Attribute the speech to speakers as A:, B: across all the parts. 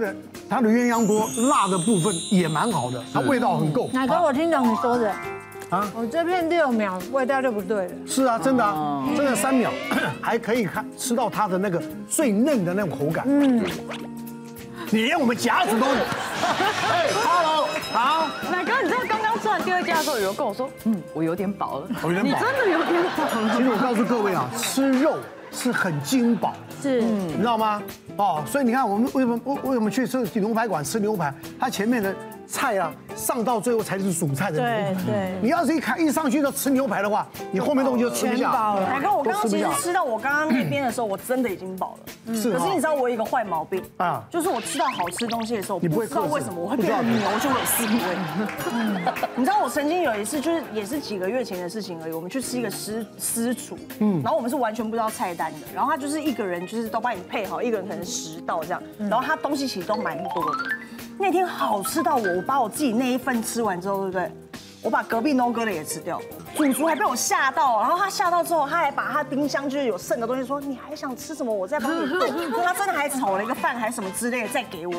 A: 的它的鸳鸯锅辣的部分也蛮好的，它味道很够。
B: 奶哥，我听懂你说的
A: 啊
B: 啊，我这片六秒味道就不对了。
A: 是啊，真的啊，真的三秒 还可以看吃到它的那个最嫩的那种口感。嗯，你连我们夹子都， 哎，hello 啊，
C: 奶哥，你知道刚刚吃完第二家的时候，有人跟我说，嗯，我有点饱了，
A: 哦我有点
C: 你
A: 饱
C: 真的有点饱了。
A: 其实我告诉各位啊，吃肉是很精饱的。
B: 是，
A: 你知道吗？哦，所以你看我们为什么为为什么去吃牛排馆吃牛排？它前面的菜啊，上到最后才是主菜的牛排。
B: 对对
A: 你要是一看一上去就吃牛排的话，你后面东西就吃不下。
D: 奶哎哥，我刚刚
A: 都吃不
D: 其实
A: 下嗯
D: 吃到我刚刚那边的时候，我真的已经饱了。
A: 是
D: 可是
A: 哈
D: 你知道我有一个坏毛病
A: 啊
D: 啊，就是我吃到好吃东西的时候，
A: 你不会
D: 知道
A: 克制
D: 为什么我会
A: 不知
D: 变
A: 道
D: 得牛，就会有思维。你知道我曾经有一次，就是也是几个月前的事情而已，我们去
A: 嗯
D: 吃一个私私厨，嗯，然后我们是完全不知道菜单的，然后他就是一个人就是都帮你配好，一个人可能十道这样，
A: 嗯
D: 然后他东西其实都蛮多的。那天好吃到我，我把我自己那一份吃完之后，对不对？我把隔壁 No 哥的也吃掉，主厨还被我吓到，然后他吓到之后，他还把他冰箱就是有剩的东西说你还想吃什么，我再帮 你炖。他真的还炒了一个饭还是什么之类的再给我，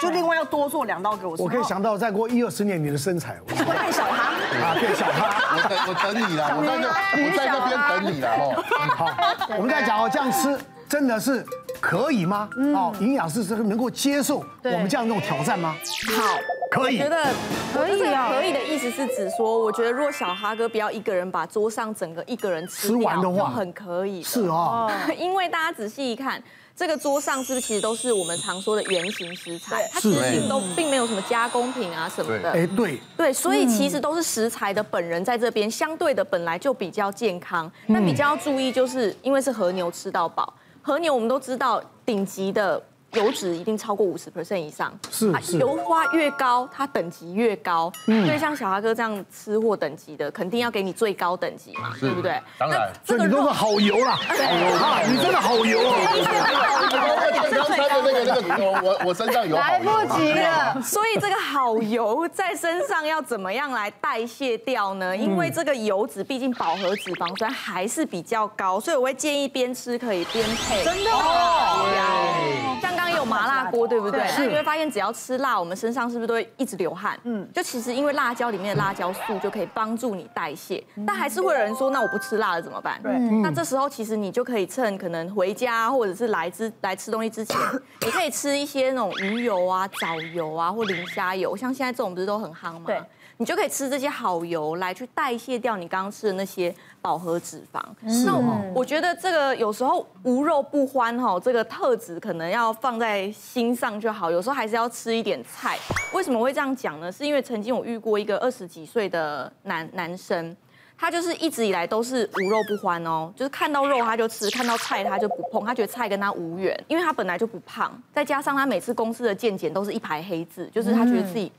D: 就另外要多做两道给我吃。
A: 我可以想到再过一二十年你的身材，
D: 然后，我太小他，
A: 啊，变小哈。
E: 我等我等你啦，我在那我在
A: 啊
E: 那边等你啦哦。
A: 好，我们在讲哦，这样吃真的是可以吗？
F: 嗯
A: 哦，营养师是能够接受我们这样那种挑战吗？
F: 好，
A: 可以
F: 我觉得
A: 嗯
B: 可以啊
F: 可以的意思是指说，我觉得如果小哈哥不要一个人把桌上整个一个人吃
A: 吃
F: 掉
A: 完的话
F: 就很可以的。
A: 是哦，
F: 因为大家仔细一看，这个桌上是不是其实都是我们常说的原型食材
D: 对？
F: 它其实
E: 是
F: 并都并没有什么加工品啊什么的。
A: 哎，对，
F: 对，所以其实
A: 嗯
F: 都是食材的本人在这边，相对的本来就比较健康。那
A: 嗯
F: 比较要注意，就是因为是和牛吃到饱，和牛我们都知道顶级的。油脂一定超过五十 percent 以上，
A: 是
F: 啊
A: 是嗯
F: 油花越高，它等级越高。所以像小哈哥这样吃货等级的，肯定要给你最高等级嘛，对不对？
E: 当然
F: 那
A: 所
F: 这
A: 以
F: 个
A: 你都
F: 肉
A: 是好油 啦，啊，你真的好油哦。
E: 刚刚穿的那个那个骨头，我我身上有好
B: 来
E: 多。
B: 不及了。
F: 所以这个好油在身上要怎么样来代谢掉呢？因为这个油脂毕竟饱和脂肪酸还是比较高，所以我会建议边吃可以边配。真的哦，像刚刚有麻辣锅，对不对？那你会发现只要吃辣，我们身上是不是都会一直流汗？嗯，就其实因为辣椒里面的辣椒素就可以帮助你代谢，但还是会有人说，那我不吃辣了怎么办？对，那这时候其实你就可以趁可能回家或者是来之来吃东西之前，你可以吃一些那种鱼油啊、藻油啊或磷虾油，像现在这种不是都很夯吗？
D: 对
F: 你就可以吃这些好油来去代谢掉你刚刚吃的那些饱和脂肪。那
A: 嗯
F: 我我觉得这个有时候无肉不欢哈、这个特质可能要放在心上就好。有时候还是要吃一点菜。为什么会这样讲呢？是因为曾经我遇过一个二十几岁的男男生。他就是一直以来都是无肉不欢哦，就是看到肉他就吃，看到菜他就不碰，他觉得菜跟他无缘，因为他本来就不胖，再加上他每次公司的健检都是一排黑字，就是他觉得自己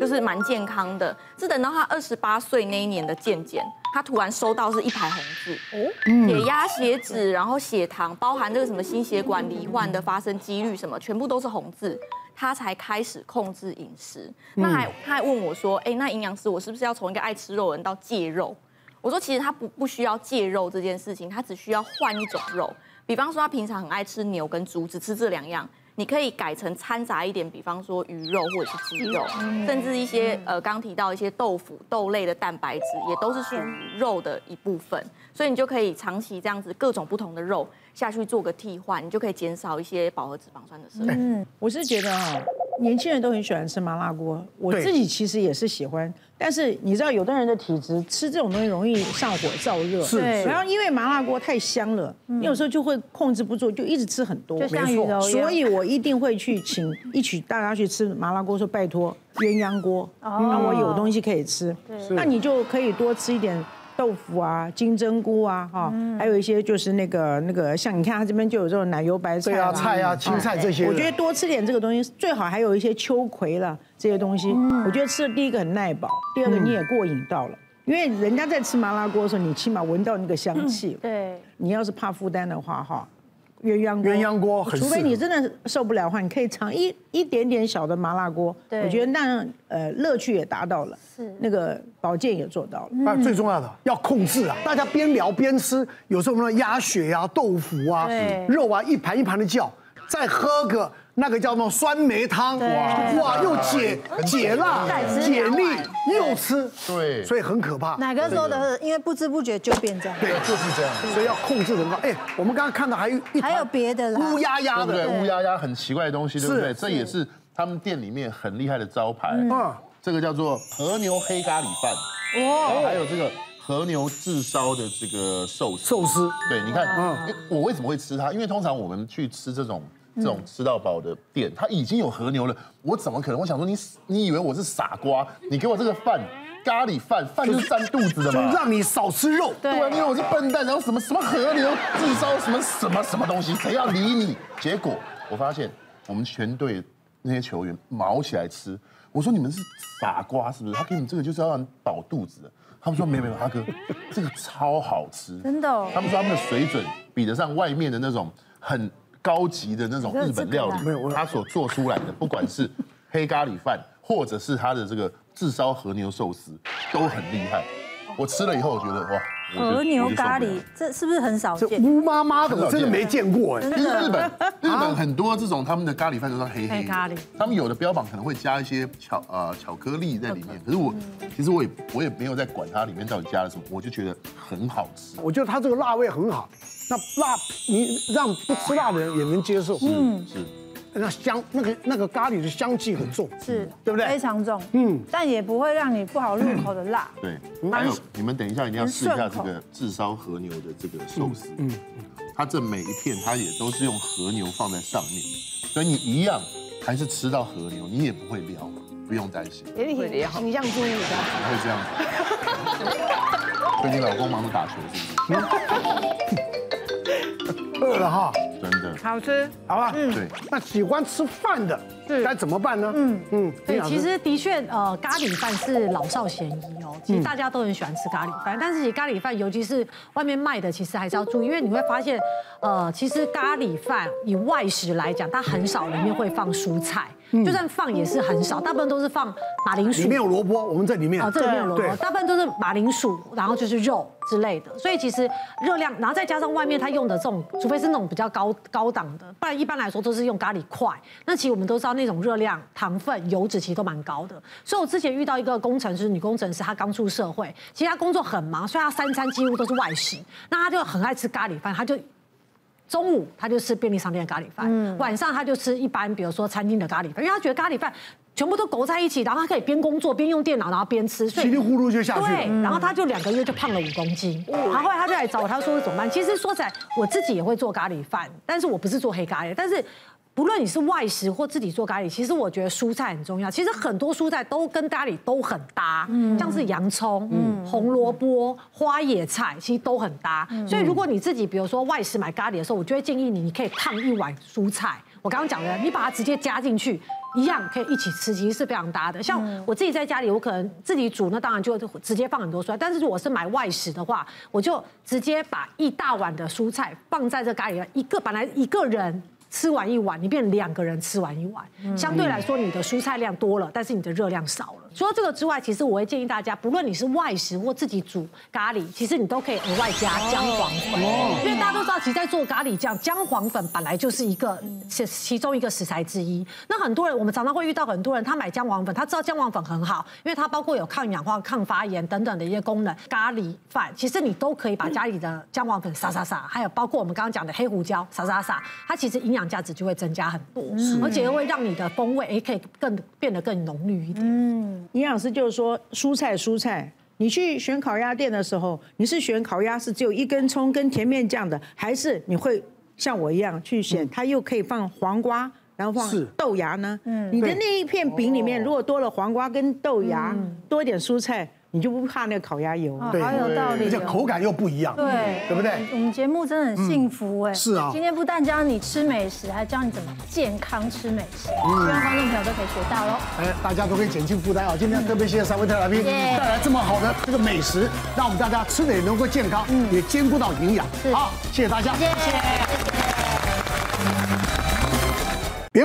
F: 就是蛮健康的。是等到他二十八岁那一年的健检，他突然收到是一排红字，血压、血脂，然后血糖，包含这个什么心血管罹患的发生几率什么，全部都是红字，他才开始控制饮食。那还他还问我说，哎，那营养师，我是不是要从一个爱吃肉的人到戒肉？我说其实他不不需要戒肉这件事情，他只需要换一种肉，比方说他平常很爱吃牛跟猪，只吃这两样。你可以改成掺杂一点，比方说鱼肉或者是鸡肉，甚至一些呃刚提到一些豆腐、豆类的蛋白质，也都是属于肉的一部分，所以你就可以长期这样子各种不同的肉下去做个替换，你就可以减少一些饱和脂肪酸的摄入。
G: 我是觉得哈、年轻人都很喜欢吃麻辣锅，我
A: 对
G: 自己其实也是喜欢，但是你知道，有的人的体质吃这种东西容易上火燥热，
A: 是对
G: 然后因为麻辣锅太香了，你有时候就会控制不住，就一直吃很多，
B: 就像鱼头一样
G: 所以我一定会去请一起大家去吃麻辣锅，说拜托鸳鸯锅，让我有东西可以吃，那你就可以多吃一点。豆腐啊，金针菇啊，哈、还有一些就是那个那个，像你看它这边就有这种奶油白菜
A: 对啊，
G: 啦
A: 菜啊，青菜这些的，
G: 我觉得多吃点这个东西，最好还有一些秋葵啦这些东西。我觉得吃了第一个很耐饱，第二个你也过瘾到了，因为人家在吃麻辣锅的时候，你起码闻到那个香气。
B: 嗯对，
G: 你要是怕负担的话，哈。鸳鸯锅，
A: 鸳鸯锅很适
G: 除
A: 合
G: 非你真的受不了的话，你可以尝一一点点小的麻辣锅，
B: 对
G: 我觉得那样呃乐趣也达到了，那个保健也做到了。
A: 啊，最重要的要控制啊！大家边聊边吃，有时候我们的鸭血呀、豆腐啊
B: 对、
A: 肉啊，一盘一盘的叫，再喝个那个叫做酸梅汤，哇，又解解辣、解腻，又吃，
E: 对
A: 所以很可怕。
B: 哪个时候的？因为不知不觉就变这样。
A: 对，
E: 就是这样，
A: 所以要控制很好。哎，我们刚刚看到还有一
B: 还有别的啦，
A: 乌压压
E: 对不对？
A: 的，
E: 乌鸦鸦很奇怪的东西，对不
A: 是
E: 对？这也是他们店里面很厉害的招牌。
A: 嗯哦
E: 这个叫做和牛黑咖喱饭，然后还有这个和牛炙烧的这个寿司。
A: 寿司
E: 对，你看，因为我为什么会吃它？因为通常我们去吃这种这种吃到饱的店，它已经有和牛了，我怎么可能？我想说你你以为我是傻瓜？你给我这个饭，咖喱饭，饭就是占肚子的
A: 就
E: 嘛。
A: 让你少吃肉。
E: 对啊，因为我是笨蛋，然后什么什么河流自烧什么什么什么东西，谁要理你？结果我发现我们全队那些球员毛起来吃，我说你们是傻瓜是不是？他给你们这个就是要让你饱肚子的。他们 说没没没，阿哥，这个超好吃，
B: 真的哦
E: 他们说他们的水准比得上外面的那种很高级的啊那种日本料理，
A: 没有我
E: 他所做出来的，不管是黑咖喱饭，或者是他的这个炙烧和牛寿司，都很厉害。我吃了以后，我觉得哇，我就
B: 和牛咖，
E: 我就受不
B: 喱
E: 了，
B: 这是不是很少
A: 这
B: 见？
A: 乌妈妈的，我真的没见过哎。
E: 因为日本日本很多这种他们的咖喱饭都是黑黑
C: 黑咖喱，
E: 他们有的标榜可能会加一些巧呃巧克力在里面，可是我其实我也我也没有在管它里面到底加了什么，我就觉得很好吃。
A: 我觉得它这个辣味很好，那辣你让不吃辣的人也能接受。
E: 嗯，是。
A: 那香那个那个咖喱的香气很重，
B: 是，
A: 对不对
B: 非常重，
A: 嗯
B: 嗯，但也不会让你不好入口的辣。
E: 对，还有你们等一下一定要试一下
B: 很
E: 这
B: 顺口
E: 个炙烧和牛的这个寿司，嗯，它这每一片它也都是用和牛放在上面，所以你一样还是吃到和牛，你也不会撩，不用担心，
D: 有点形象主义
E: 不
D: 的。
E: 会这样子。 最近老公忙着打球是不
A: 饿了哈，
E: 是？真的，啊
C: 好吃。嗯
A: 好吧？
E: 对，
A: 那喜欢吃饭的该怎么办呢？嗯嗯，
C: 对
A: 营，养师
C: 其实的确，呃，咖喱饭是老少咸宜哦。其实大家都很喜欢吃咖喱饭，但是其实咖喱饭，尤其是外面卖的，其实还是要注意，因为你会发现，呃，其实咖喱饭以外食来讲，它很少里面会放蔬菜，就算放也是很少，大部分都是放马铃薯
A: 里面有萝卜，我们在里面
C: 哦，这里面有萝卜
A: 对，
C: 大部分都是马铃薯，然后就是肉之类的，所以其实热量，然后再加上外面它用的这种，除非是那种比较高高档的，不然一般来说都是用咖喱块。那其实我们都知道那种热量、糖分、油脂其实都蛮高的。所以我之前遇到一个工程师，女工程师，她刚出社会，其实她工作很忙，所以她三餐几乎都是外食，那她就很爱吃咖喱饭，她就中午他就吃便利商店的咖喱饭，晚上他就吃一般比如说餐厅的咖喱饭，因为他觉得咖喱饭全部都勾在一起，然后他可以边工作边用电脑，然后边吃，所以
A: 稀里糊涂就下去了嗯哦
C: 对，然后他就两个月就胖了五公斤，然后后来他就来找我，他说怎么办？其实说起来，我自己也会做咖喱饭，但是我不是做黑咖喱，但是。不论你是外食或自己做咖喱，其实我觉得蔬菜很重要。其实很多蔬菜都跟咖喱都很搭，
A: 嗯
C: 像是洋葱、红萝卜、花野菜，其实都很搭。
A: 嗯
C: 所以如果你自己比如说外食买咖喱的时候，我就会建议你，你可以烫一碗蔬菜。我刚刚讲的，你把它直接加进去，一样可以一起吃，其实是非常搭的。像我自己在家里，我可能自己煮，那当然就直接放很多蔬菜。但是如果是买外食的话，我就直接把一大碗的蔬菜放在这咖喱饭，一个本来一个人。吃完一碗，你变两个人吃完一碗，相对来说你的蔬菜量多了，但是你的热量少了。除了这个之外，其实我会建议大家，不论你是外食或自己煮咖喱，其实你都可以额外加姜黄粉，因为大家都知道，其实在做咖喱酱，姜黄粉本来就是一个其其中一个食材之一。那很多人，我们常常会遇到很多人，他买姜黄粉，他知道姜黄粉很好，因为它包括有抗氧化、抗发炎等等的一些功能。咖喱饭其实你都可以把家里的姜黄粉撒撒撒，还有包括我们刚刚讲的黑胡椒撒撒撒，它其实营养价值就会增加很多，而且会让你的风味哎诶可以更变得更浓郁一点。
G: 营养师就是说蔬菜蔬菜。你去选烤鸭店的时候，你是选烤鸭是只有一根葱跟甜面酱的，还是你会像我一样去选它又可以放黄瓜，然后
A: 是
G: 放豆芽呢？嗯，你的那一片饼里面如果多了黄瓜跟豆芽，多一点蔬菜，你就不怕那个烤鸭油。
B: 哦
A: 对
B: 好有道理
A: 而且
B: 哦。
A: 口感又不一样，
B: 对，
A: 对不对？
B: 我们节目真的很幸福哎、
A: 是啊
B: 今天不但教你吃美食，还教你怎么健康吃美食，
A: 嗯
B: 希望观众朋友都可以学到哦喽。
A: 哎，大家都可以减轻负担啊！今天特别谢谢三位特来宾带来这么好的这个美食，让我们大家吃的也能够健康，也兼顾到营养。好，谢谢大嗯家，谢谢。别